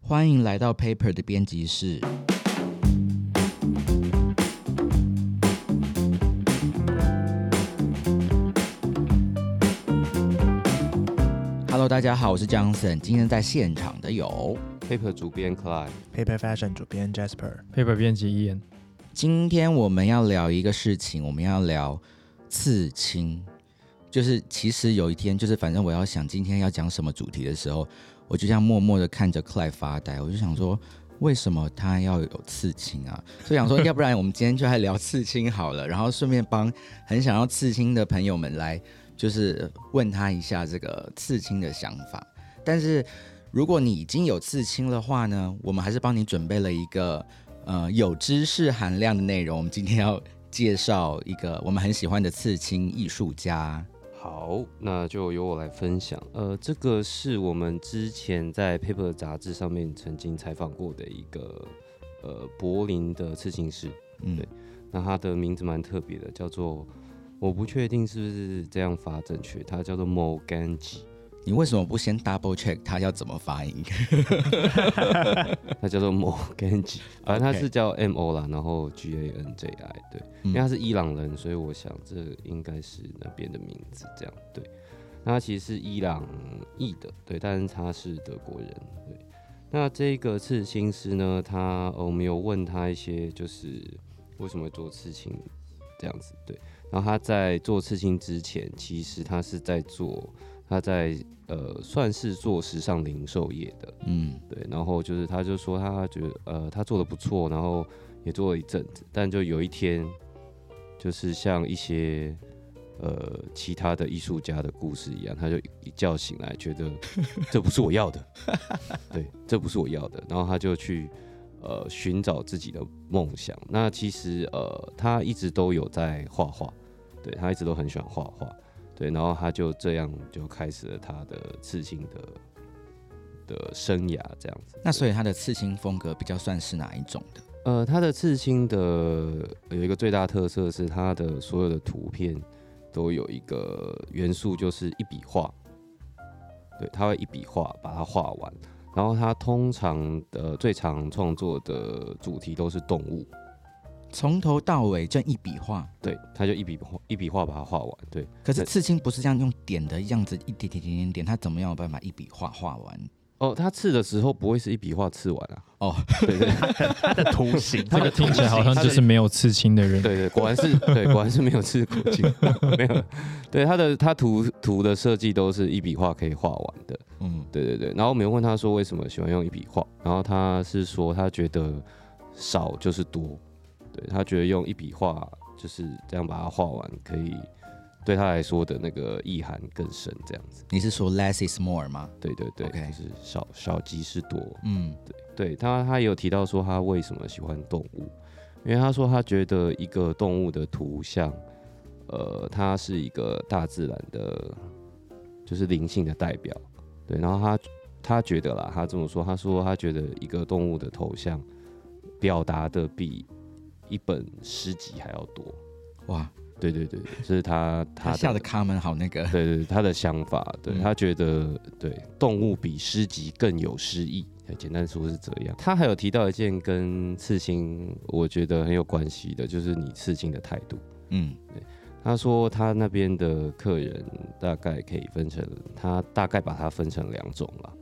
欢迎来到 Paper 的编辑室。Hello，大家好，我是 Johnson。今天在现场的有， Paper 主编 Clyde， Paper Fashion 主编 Jasper， paper 编辑一言，今天我们要聊一个事情，我们要聊刺青。就是其实有一天，就是反正我要想今天要讲什么主题的时候，我就这样默默的看着 Clyde 发呆，我就想说。为什么他要有刺青啊？所以想说，要不然我们今天就来聊刺青好了，然后顺便帮很想要刺青的朋友们来，就是问他一下这个刺青的想法。但是如果你已经有刺青的话呢，我们还是帮你准备了一个呃有知识含量的内容。我们今天要介绍一个我们很喜欢的刺青艺术家。好，那就由我来分享。呃，这个是我们之前在 Paper 杂志上面曾经采访过的一个呃柏林的刺青师，嗯对那他的名字蛮特别的，叫做我不确定是不是这样发正确，他叫做 Moganji，你为什么不先 double check 他要怎么发 音？他叫做 Moganji，反正他 OK 是叫 M O 啦，然后 G A N J I，对，因为他是伊朗人，所以我想这应该是那边的名字，这样对。那他其实是伊朗裔的，对，但是他是德国人，对。那这个刺青师呢，他呃我们有问他一些就是为什么会做刺青这样子，对。然后他在做刺青之前，其实他是在做他在呃算是做时尚零售业的，嗯，对，然后就是他就说他觉得呃他做的不错，然后也做了一阵子，但就有一天，就是像一些呃其他的艺术家的故事一样，他就一觉醒来觉得这不是我要的，对，这不是我要的，然后他就去呃寻找自己的梦想。那其实呃他一直都有在画画，对他一直都很喜欢画画，对，然后他就这样就开始了他的刺青的。的生涯这样子。那所以他的刺青风格比较算是哪一种的？呃，它的刺青的呃有一个最大特色是它的所有的图片都有一个元素，就是一笔画。对，它会一笔画把它画完，然后它通常呃最常创作的主题都是动物。从头到尾这一笔画，对，他就一笔画一笔画把它画完。对，可是对刺青不是这样用点的样子，一点点点点点，他怎么样有办法一笔画画完？哦，他刺的时候不会是一笔画刺完啊。哦，对对他的图形，这个听起来好像就是没有刺青的人。对对，果然是对，果然是没有吃国际，没有。对他的他图图的设计都是一笔画可以画完的， 嗯，对对对。然后我们有问他说为什么喜欢用一笔画，然后他是说他觉得少就是多，对他觉得用一笔画就是这样把它画完，可以对他来说的那个意涵更深，这样子。你是说 less is more 吗？对对对 OK 就是少少即是多，嗯，对他，他也有提到说他为什么喜欢动物，因为他说他觉得一个动物的图像，呃，它是一个大自然的，就是灵性的代表。对，然后他他觉得啦，他这么说，他说他觉得一个动物的头像表达的比一本诗集还要多。哇，对对对，对这是他他他的下的 comment 好那个，对对对他的想法，对、嗯他觉得对动物比诗集更有诗意，简单说是这样。他还有提到一件跟刺青我觉得很有关系的，就是你刺青的态度。嗯，他说他那边的客人大概可以分成，他大概把它分成两种啦。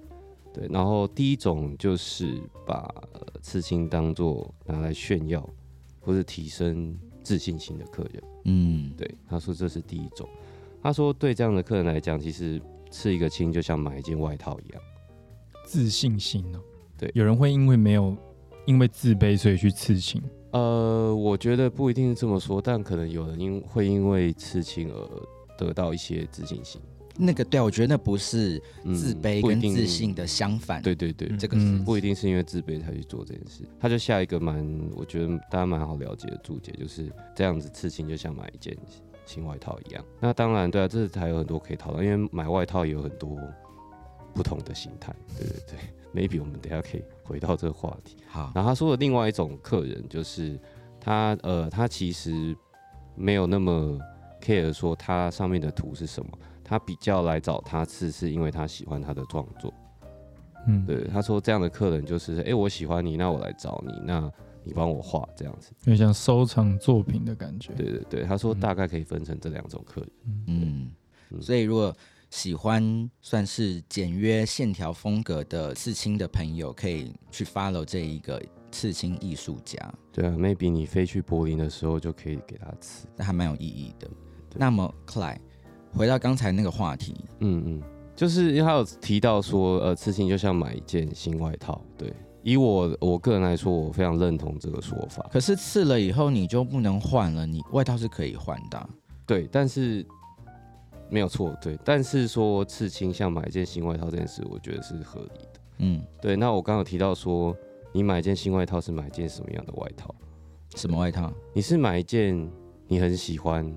对，然后第一种就是把呃刺青当做拿来炫耀或是提升自信心的客人。嗯，对，他说这是第一种。他说对这样的客人来讲，其实刺一个青就像买一件外套一样。自信心哦，对有人会因为没有，因为自卑所以去刺青。呃，我觉得不一定是这么说，但可能有人因会因为刺青而得到一些自信心，那个对，我觉得那不是嗯自卑不一跟定自信的相反，对对对，嗯这个是嗯不一定是因为自卑才去做这件事。他就下一个蛮，我觉得大家蛮好了解的注解，就是这样子刺青就像买一件新外套一样。那当然，对啊，这还有很多可以讨论，因为买外套也有很多不同的形态。对对对，maybe 我们等一下可以回到这个话题。好，然后他说的另外一种客人就是他呃，他其实没有那么 care 说他上面的图是什么，他比较来找他刺是因为他喜欢他的创作。嗯，对，他说这样的客人就是，哎、我喜欢你，那我来找你，那你帮我画这样子。有点像收藏作品的感觉。对对对，他说嗯大概可以分成这两种客人。嗯，嗯所以如果喜欢算是简约线条风格的刺青的朋友，可以去 follow 这一个刺青艺术家，对啊，maybe 你飞去柏林的时候就可以给他吃。那还蛮有意义的。对那么 Cly，回到刚才那个话题，嗯嗯，就是因为他有提到说，呃，刺青就像买一件新外套。对，以我我个人来说，我非常认同这个说法。可是刺了以后你就不能换了，你外套是可以换的啊、对，但是没有错，对，但是说刺青像买一件新外套这件事，我觉得是合理的。嗯，对，那我刚刚有提到说，你买一件新外套是买一件什么样的外套？什么外套？你是买一件你很喜欢，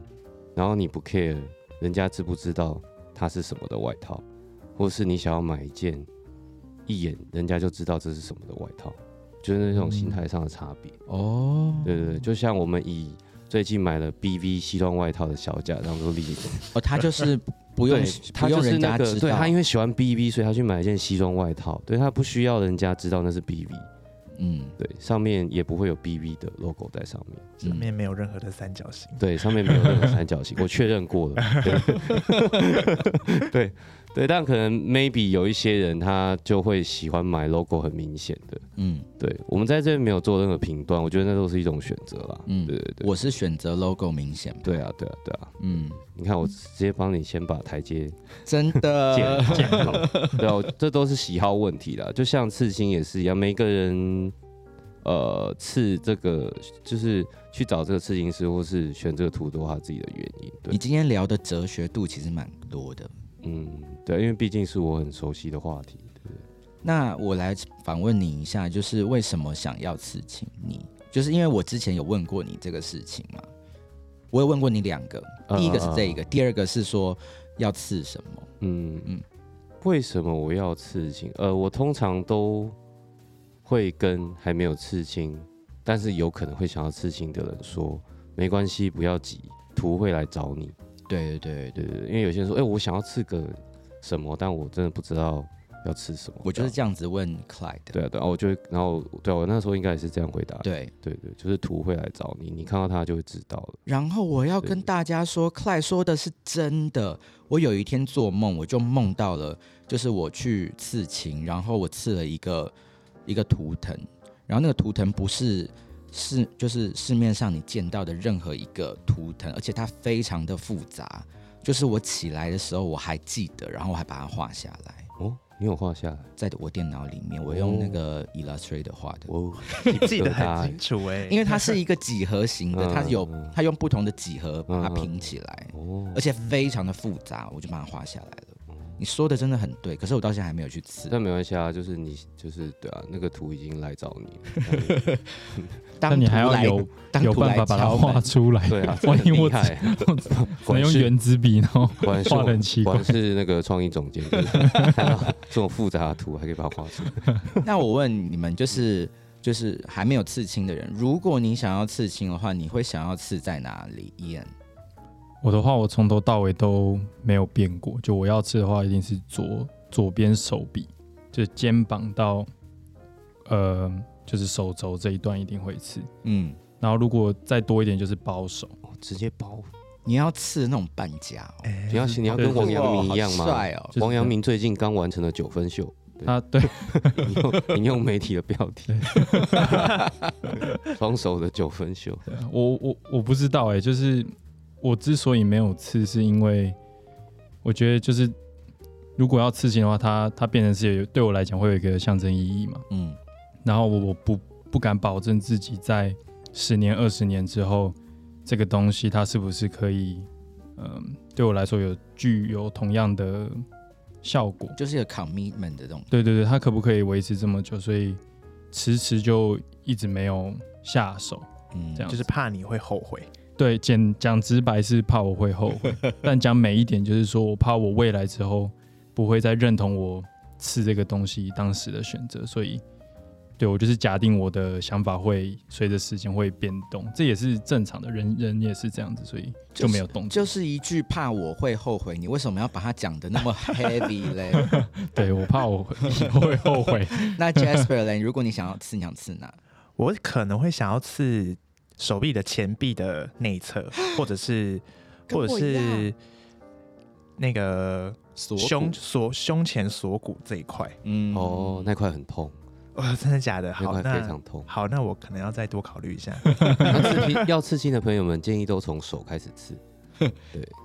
然后你不 care 人家知不知道它是什么的外套，或是你想要买一件一眼人家就知道这是什么的外套，就是那种心态上的差别。哦，对对对，就像我们以最近买了 BV 西装外套的小贾当做例子，哦，他 就是不用对他不就用是人那家个，知对道他，因为喜欢 BV，所以他去买一件西装外套，对他不需要人家知道那是 BV，嗯，对，上面也不会有 BV 的 logo 在上面。里面嗯没有任何的三角形。对，上面没有任何三角形，我确认过了。 对对对，但可能 maybe 有一些人他就会喜欢买 logo 很明显的。嗯对我们在这边没有做任何评断，我觉得那都是一种选择啦。嗯嗯，对对对，我是选择 logo 明显，对啊对啊对啊， 嗯，你看我直接帮你先把台阶真建的，建 好，对啊，我这都是喜好问题啦。就像刺青也是一样，每个人呃刺这个就是去找这个刺青师或是选这个图都有他自己的原因。对你，今天聊的哲学度其实蛮多的。嗯，对，因为毕竟是我很熟悉的话题。那我来反问你一下，就是为什么想要刺青你？就是因为我之前有问过你这个事情嘛，我有问过你两个，嗯第一个是这一个，第二个是说要刺什么。嗯嗯嗯，为什么我要刺青？呃，我通常都会跟还没有刺青，但是有可能会想要刺青的人说，没关系，不要急，图会来找你。对对对对，对对对，因为有些人说，哎、我想要刺个什么，但我真的不知道要刺什么。我就是这样子问 Clyde 的。对啊，对啊，我就会，然后对啊、我那时候应该也是这样回答。对对对，就是图会来找你，你看到它就会知道了。然后我要跟大家说，Cly 说的是真的。我有一天做梦，我就梦到了，就是我去刺青，然后我刺了一个一个图腾，然后那个图腾不是市，就是市面上你见到的任何一个图腾，而且它非常的复杂。就是我起来的时候我还记得，然后我还把它画下来，哦，你有画下来在我电脑里面，我用那个嗯 Illustrator 画的。 哦，记得很疙瘩清楚哎、因为它是一个几何形的，它有嗯嗯嗯它用不同的几何把它嗯嗯拼起来，哦，而且非常的复杂，我就把它画下来了。你说的真的很对，可是我到现在还没有去刺。但没关系啊，就是你就是对啊，那个图已经来找 你了，当但你还图要来有当有图来办法把它敲画门，出来。对 啊， 万一这很我厉害，只果然能用是 圆珠笔，然后果 然是画我得很奇果怪然。是那个创意总监，就是 看到这种复杂的图还可以把它画出来。 那我问你们，就是就是还没有刺青的人，如果你想要刺青的话，你会想要刺在哪里？Ian，我的话，我从头到尾都没有变过。就我要吃的话，一定是左左边手臂，就肩膀到呃，就是手肘这一段一定会吃。嗯，然后如果再多一点，就是包手。哦直接包，你要刺那种半甲哦，哎你要你要对跟王阳明一样哇好吗？帅哦，就是王阳明最近刚完成了九分 袖，啊，对， 引用引用媒体的标题， 双手的九分袖，我我我不知道哎、就是我之所以没有刺，是因为我觉得就是如果要刺青的话，它它变成是有对我来讲会有一个象征意义嘛。嗯然后我我不不敢保证自己在十年二十年之后，这个东西它是不是可以，嗯、对我来说有具有同样的效果。就是有 commitment 的这种，对对对，它可不可以维持这么久？所以迟迟就一直没有下手，嗯，这样就是怕你会后悔。对，讲讲直白是怕我会后 悔，但讲美一点就是说我怕我未来之后不会再认同我吃这个东西当时的选择，所以对我就是假定我的想法会随着时间会变动，这也是正常的， 人人也是这样子，所以就没有动作。就是一句怕我会后悔，你为什么要把它讲的那么 heavy 嘞？ 对我怕我会以后会后悔。那 Jasper 嘞，如果你想要刺，你想刺哪？我可能会想要刺手臂的前臂的内 侧，或者是跟或者我一样是那个锁骨胸锁胸前锁骨这一块。嗯哦，那块很痛，哇，真的假的？那好，块非那。常痛好，那我可能要再多考虑 一下。要刺青 要刺青的朋友们，建议都从手开始 刺。对，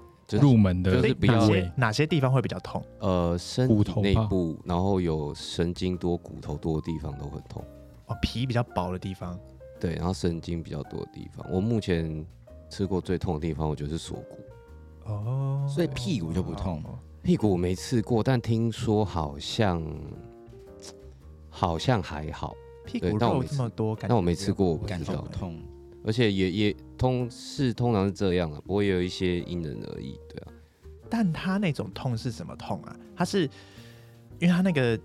就是入门的就是所以比较哪尾些哪些地方会比较痛？呃，身骨体头内吧部，然后有神经多、骨头多的地方都很痛。哦，皮比较薄的地方。对，然后神经比较多的地方，我目前吃过最痛的地方，我觉得是锁骨。哦，所以屁股就不痛哦屁股我没刺过，但听说好像好像还好，屁对股但我肉没这么多，感觉但我没吃过我不感觉知道不痛。而且也也通是通常是这样啊，不过也有一些因人而异，对啊，但他那种痛是什么痛啊？他是因为他那个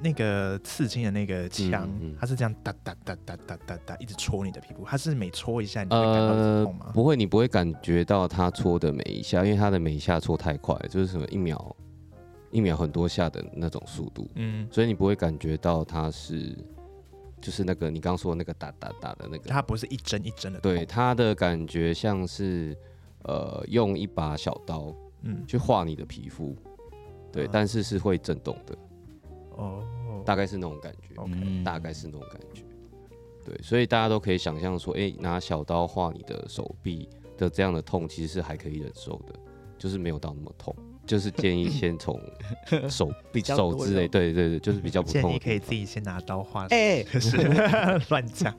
那个刺青的那个枪嗯嗯，他、是这样哒哒哒哒哒哒哒一直戳你的皮肤，他是每戳一下你就会感到一阵呃痛吗？，不会，你不会感觉到他戳的每一下，因为他的每一下戳太快，就是什么一秒一秒很多下的那种速度，嗯，所以你不会感觉到他是就是那个你刚刚说的那个打打打的那个他不是一针一针的痛，对，它的感觉像是呃用一把小刀嗯，去划你的皮肤，对，啊但是是会震动的，哦，大概是那种感觉， OK，、嗯，大概是那种感觉。对，所以大家都可以想象说，诶，拿小刀划你的手臂的这样的痛，其实是还可以忍受的，就是没有到那么痛。就是建议先 从手比较手多之类，肉对对对，就是比较不建痛议的可以地方。自哎己先拿刀划，哎、就是 乱讲，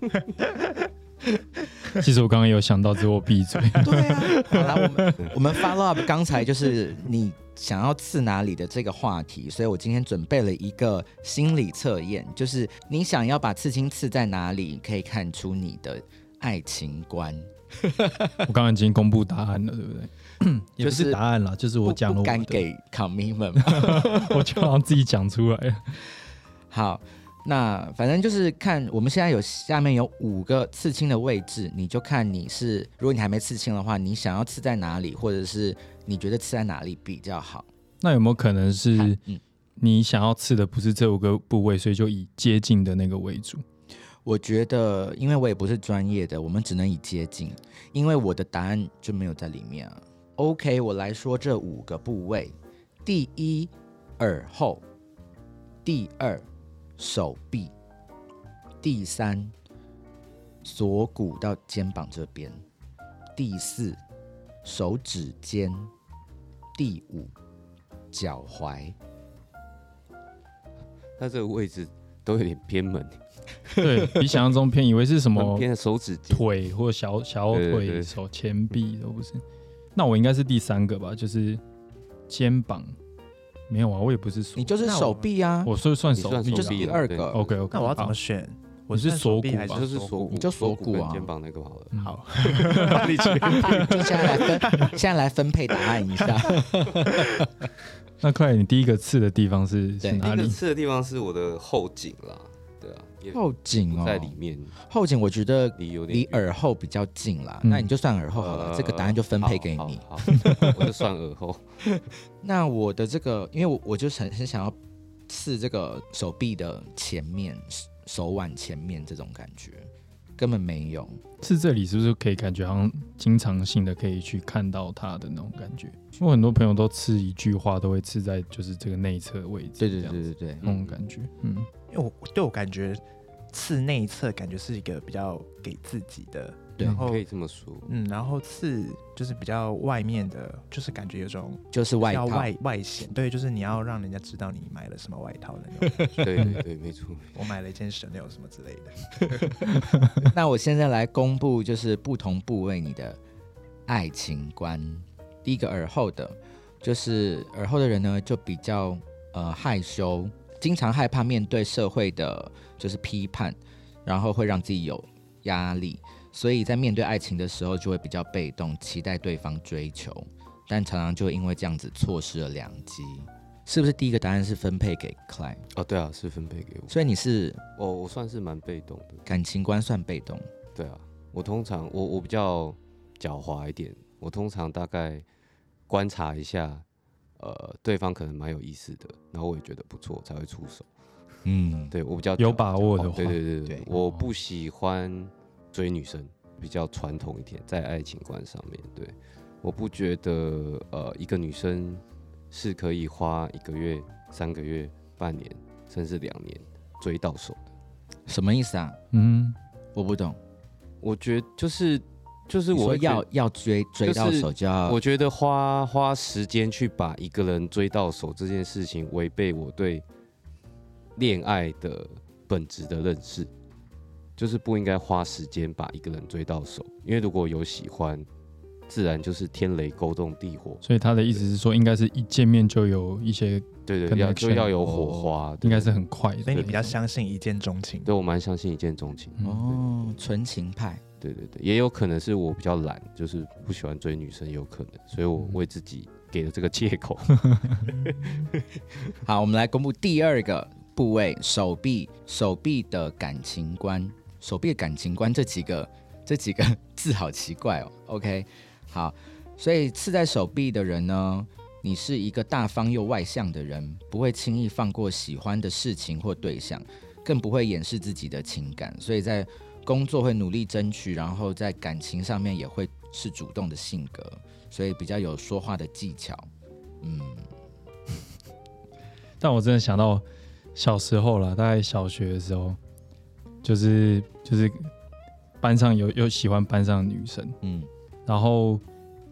其实我刚刚有想到，只是我闭嘴。 对啊，好啦，我 们我们 follow up 刚才就是你想要刺哪里的这个话题，所以我今天准备了一个心理测验，就是你想要把刺青刺在哪里，可以看出你的爱情观。我刚刚已经公布答案了，对不对？也不就是是答案啦，就是我不讲了不我敢的，给 commitment 我就好像自己讲出来了。好，那反正就是看我们现在有下面有五个刺青的位置，你就看你是，如果你还没刺青的话，你想要刺在哪里，或者是你觉得刺在哪里比较好？那有没有可能是嗯，你想要刺的不是这五个部位，所以就以接近的那个为 主？我觉得，因为我也不是专业的，我们只能以接近，因为我的答案就没有在里面啊。OK，我来说这五个部位：第一，耳后；第二，手臂；第三，锁骨到肩膀这边；第四，手指尖；第五，脚踝。它这个位置都有点偏门，对比想象中偏，以为是什很么偏的手指尖。腿或小小对对腿、对手前臂都不是。那我应该是第三个吧，就是肩膀。没有啊，我也不是说你，就是那我手臂啊，我说算你手算臂啊手就啦是臂第了二对个 OK OK，那我要怎么选？我你是算手臂锁骨还吧就就是是锁锁骨，你就锁锁骨骨跟啊肩膀那个好了。好， 你去就现在来分，现在来分配答案一下。那快，你第一个刺的地方是对是第哪一个里？刺的地方是我的后颈啦，对啊，也后颈不哦，在里面，后颈我觉得离有点离耳后比较近啦，嗯那你就算耳后好了，呃这个答案就分配给你。好，好好我就算耳 后。那我的这个，因为我我就很很想要刺这个手臂的前面、手手腕前面这种感觉，根本没有。刺这里是不是可以感觉好像经常性的可以去看到它的那种感觉？因为很多朋友都刺一句话都会刺在就是这个内侧位置，对对这样对对对，那种感觉，嗯，因为我对我感觉刺内侧感觉是一个比较给自己的，对然后可以这么说。嗯，然后刺就是比较外面的，就是感觉有种就是外要套。外外显，对，就是你要让人家知道你买了什么外套的那种。 对对对，没错。我买 了一件 Chanel 什么之类的，那我现在来公布，就是不同部位你的爱情观。第一个耳后的，就是耳后的人呢，就比较呃害羞，经常害怕面对社会的就是批判，然后会让自己有压力，所以在面对爱情的时候就会比较被动，期待对方追求，但常常就因为这样子错失了良机。是不是第一个答案是分配给 Klein？哦，对啊，是分配给我。所以你是我我算是蛮被动的，感情观算被动，对啊，我通常我我比较狡猾一点，我通常大概观察一下，呃，对方可能蛮有意思的，然后我也觉得不错才会出手。嗯，对我比较有狡把握的对话对对对对，我不喜欢追女生，比较传统一点，在爱情观上面，对，我不觉得呃一个女生是可以花一个月、三个月、半年，甚至两年追到手的。什么意思啊？嗯，我不懂。我觉就是就是你我说会觉要要追追到手就要，我觉得花花时间去把一个人追到手这件事情，违背我对恋爱的本质的认识，就是不应该花时间把一个人追到手，因为如果有喜欢，自然就是天雷勾动地火，所以他的意思是说，应该是一见面就有一些，对对， Connection 要就要有火花，对应该是很快的。所以你比较相信一见钟情。对我蛮相信一见钟情，嗯哦，纯情派。对对对，也有可能是我比较懒，就是不喜欢追女生，有可能，所以我嗯为自己给了这个借口，好，我们来公布第二个部位，手臂，手臂的感情观，手臂的感情观这几个 这几个字好奇怪哦。OK，好，所以刺在手臂的人呢，你是一个大方又外向的人，不会轻易放过喜欢的事情或对象，更不会掩饰自己的情感，所以在工作会努力争取，然后在感情上面也会是主动的性格，所以比较有说话的技巧。嗯，但我真的想到小时候啦，大概小学的时候，就是就是班上有有喜欢班上的女生，嗯，然后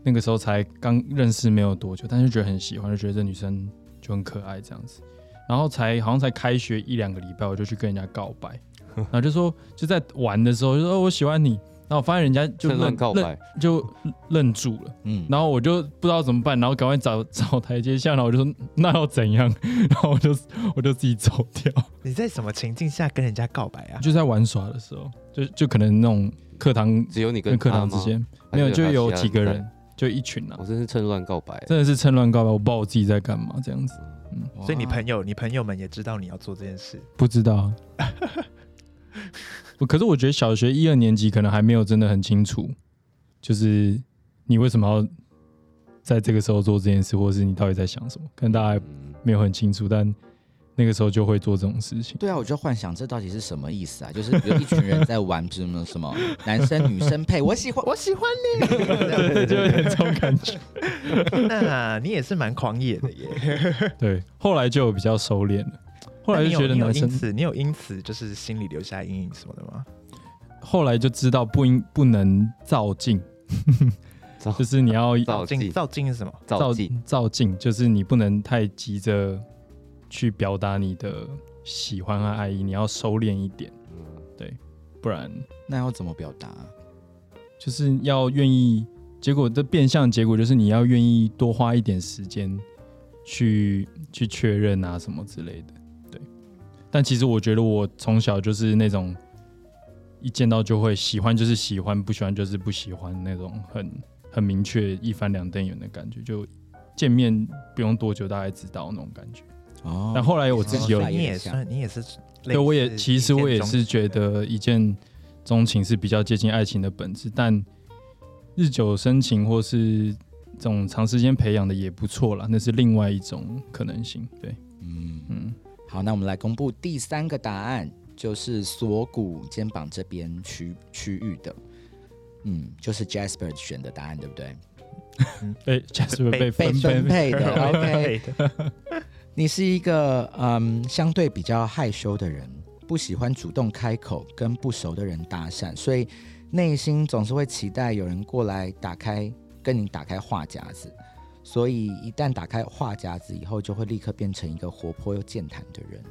那个时候才刚认识没有多久，但是觉得很喜欢，就觉得这女生就很可爱这样子。然后才好像才开学一两个礼拜，我就去跟人家告 白，然后就说就在玩的时候就说、哦、我喜欢你，然后我发现人家 就趁乱愣告愣白， 就愣住了。嗯，然后我就不知道怎么办，然后赶快找找台阶下，然后我就说那要怎样， 然后我就我就自己走掉，你在什么情境下跟人家告白啊？就在玩耍的时候，就就可能那种课堂只有你跟跟课他堂之吗？间还没有，是就他有其他几个在人，就一群啊我，真是趁乱告白。真的是趁乱告白，我不知道我自己在干嘛这样子，哇所以你朋友、你朋友们也知道你要做这件事，不知道。我可是我觉得小学一二年级可能还没有真的很清楚，就是你为什么要在这个时候做这件事，或者是你到底在想什么，可能大家还嗯没有很清楚，但那个时候就会做这种事 情。对啊，我就幻想这到底是什么意思啊？就是有一群人在玩什么什么 男生女生配，我喜欢，我喜欢你。 对，就有点这种感觉。 那你也是蛮狂野的耶。对，后来就有比较收敛了。 后来那就你有觉得你有男生因，此你有因此就是心里留下阴影什么的吗？后来就知道不应不能照 镜，照就是你要照镜照镜是什么？照镜，照镜，就是你不能太急着去表达你的喜欢和爱意，你要收敛一点，嗯不然那要怎么表达啊？就是要愿意。结果的变相结果就是你要愿意多花一点时间去去确认啊什么之类的，对。但其实我觉得我从小就是那种一见到就会喜欢就是喜欢，不喜欢就是不喜欢那种很很明确一翻两瞪眼的感觉，就见面不用多久大概知道那种感觉。哦，但后来我自己有哦，你也像算，你也是类似一见钟情的。对，我也其实我也是觉得一见钟情是比较接近爱情的本质，但日久生情或是这种长时间培养的也不错啦，那是另外一种可能性。对，嗯，嗯，好，那我们来公布第三个答案，就是锁骨肩膀这边区区域的，嗯，就是 Jasper 选的答案，对不对？哎、假设被被被分分配 对的，OK，对对你是一个嗯相对比较害羞的人，不喜欢主动开口跟不熟的人搭讪，所以内心总是会期待有人过来打开跟你打开话匣子。所以一旦打开话匣子以后，就会立刻变成一个活泼又健谈的人。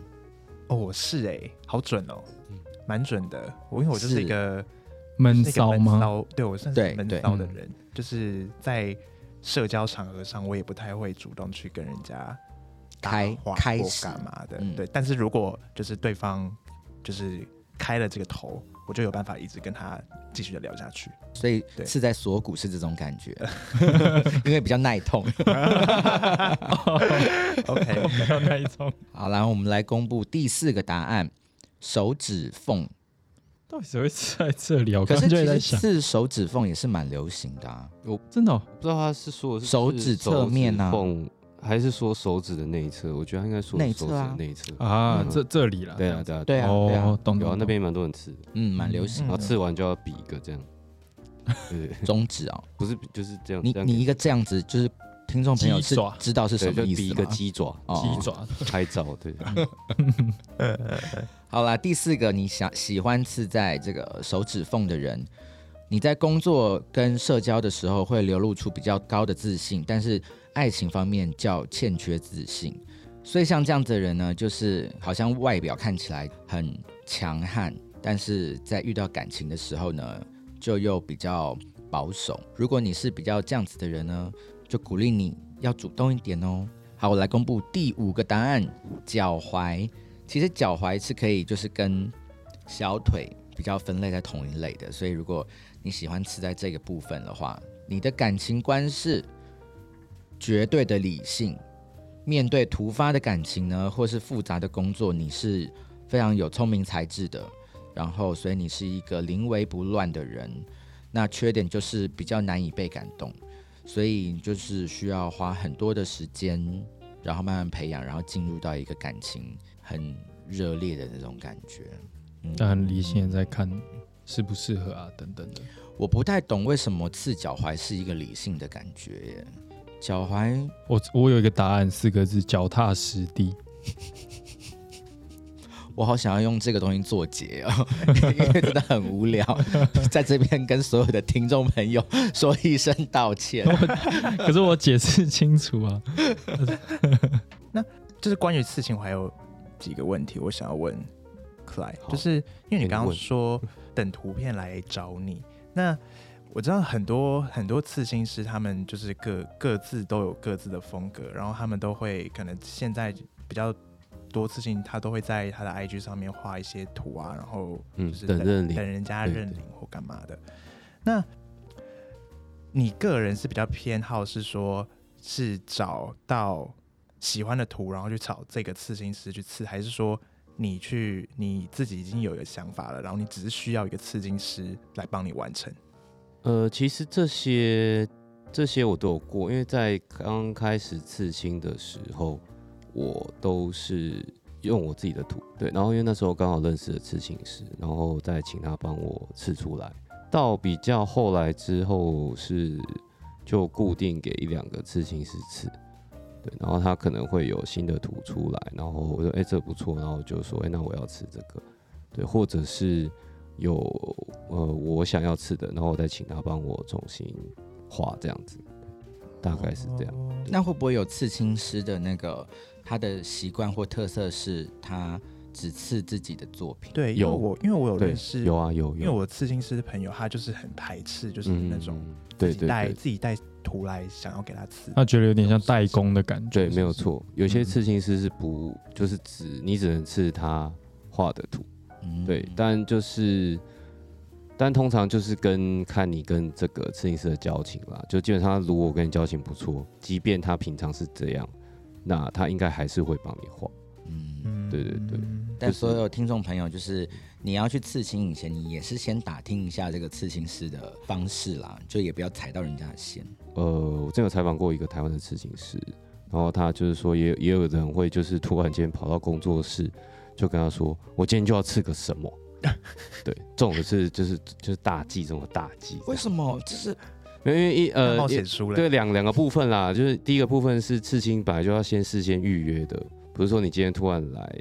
哦，我是哎，好准哦，蛮准的。我因为我就是一个闷是一个骚闷 吗？骚，对我算对是闷对骚的嗯人，就是在社交场合上，我也不太会主动去跟人家搭开话开或始干嘛的。嗯对，但是如果就是对方就是开了这个头，我就有办法一直跟他继续的聊下去。所以对刺在锁骨是这种感觉，因为比较耐痛。 OK，比较那一种，好，然后我们来公布第四个答案：手指缝。到底谁会在这里啊？我可是刚刚就其在实想，刺手指缝也是蛮流行的啊。真的哦、不知道他是说的是手指侧面啊是手指缝还是说手指的内侧？我觉得他应该说是内手侧指啊的内侧。啊，嗯这这里啦，对啊，对啊，对啊，对啊哦，，懂有啊懂，，那边蛮多人刺的，嗯，蛮流行然后的。嗯刺完就要比一个这样。对，嗯中指哦，不是就是这样。你这样你一个这样子，就是听众朋友鸡是爪知道是对什么就意比一思个吗？鸡爪哦鸡爪，拍照， 对，嗯好啦，第四个，你想喜欢刺在这个手指缝的人，你在工作跟社交的时候会流露出比较高的自信，但是爱情方面较欠缺自信。所以像这样子的人呢，就是好像外表看起来很强悍，但是在遇到感情的时候呢，就又比较保守。如果你是比较这样子的人呢，就鼓励你要主动一点哦。好，我来公布第五个答案：脚踝。其实脚踝是可以就是跟小腿比较分类在同一类的，所以如果你喜欢刺在这个部分的话，你的感情观是绝对的理性，面对突发的感情呢，或是复杂的工作，你是非常有聪明才智的，然后所以你是一个临危不乱的人。那缺点就是比较难以被感动，所以就是需要花很多的时间，然后慢慢培养，然后进入到一个感情很热烈的那种感觉。嗯但很理性的在看适不适合啊，等等的。我不太懂为什么刺脚踝是一个理性的感觉耶。脚踝我我有一个答案，四个字：脚踏实地。 我好想要用这个东西做结哦， 因为真的很无聊， 在这边跟所有的听众朋友说一声道歉。可是我解释清楚啊，就是关于刺青，我还有几个问题我想要问 Cly，好就是因为你刚给你刚问说等图片来找你，那我知道很多很多刺青师他们就是各各自都有各自的风格，然后他们都会可能现在比较多刺青，他都会在他的 IG 上面画一些图啊，然后嗯就是，等认领等。人家对认对领或干嘛的。那你个人是比较偏好是说，是找到喜欢的图，然后去找这个刺青师去刺，还是说你去你自己已经有一个想法了，然后你只是需要一个刺青师来帮你完成？呃，其实这些这些我都有过，因为在刚开始刺青的时候，我都是用我自己的图，对，然后因为那时候刚好认识了刺青师，然后再请他帮我刺出来。到比较后来之后是就固定给一两个刺青师刺，对，然后他可能会有新的图出来，然后我说哎、这不错，然后我就说哎、那我要刺这个，对，或者是有呃我想要吃的，然后我再请他帮我重新画这样子，大概是这样。哦那会不会有刺青师的那个他的习惯或特色是他只刺自己的作品？，对，因为有我因为我有对认识，，有啊有有，因为我刺青师的朋友，他就是很排斥，就是那种嗯对自己对带对啊自己带图来想要给他刺。他觉得有点像代工的感觉。对，没有是不错。有些嗯刺青师是不就是只你只能刺他画的图，嗯对，但就是。但通常就是跟看你跟这个刺青师的交情啦，就基本上如果我跟你交情不错，即便他平常是这样，那他应该还是会帮你画。嗯。嗯对对对但就是所有听众朋友，就是你要去刺青以前，你也是先打听一下这个刺青师的方式啦，就也不要踩到人家的线。呃，我之前有采访过一个台湾的刺青师，然后他就是说也，也有人会就是突然间跑到工作室，就跟他说，我今天就要刺个什么。 对，这种是就是就是大忌，这种大忌。为什么？就是没有？因为一他呃冒，一险书了，对两两个部分啦，就是第一个部分是刺青本来就要先事先预约的，不是说你今天突然来，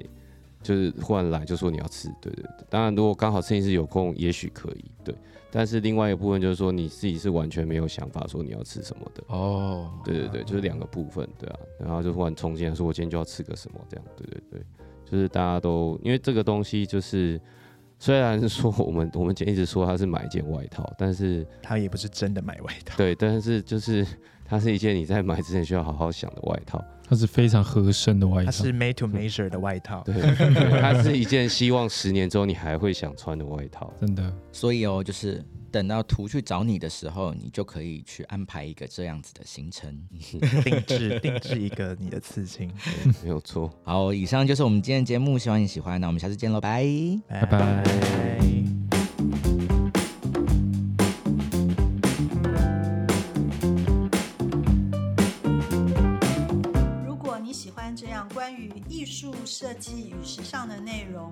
就是忽然来就说你要刺，对对对。当然，如果刚好刺青师有空，也许可以，对。但是另外一个部分就是说你自己是完全没有想法说你要刺什么的。哦，对对对，就是两个部分，对啊，然后就忽然冲进来说，我今天就要吃个什么这样，对对对，就是大家都因为这个东西就是虽然说我们我们姐一直说她是买一件外套，但是他也不是真的买外套，对，但是就是它是一件你在买之前需要好好想的外套，它是非常合身的外他套是，made to measure 的外套。对，对它是一件希望十年之后你还会想穿的外套。真的所以哦，就是等到图去找你的时候，你就可以去安排一个这样子的行程。定制定制一个你的刺青。对没有错。好，以上就是我们今天的节目，希望你喜欢。那我们下次见喽，拜。拜拜拜如果你喜欢这样关于艺术设计与时尚的内容，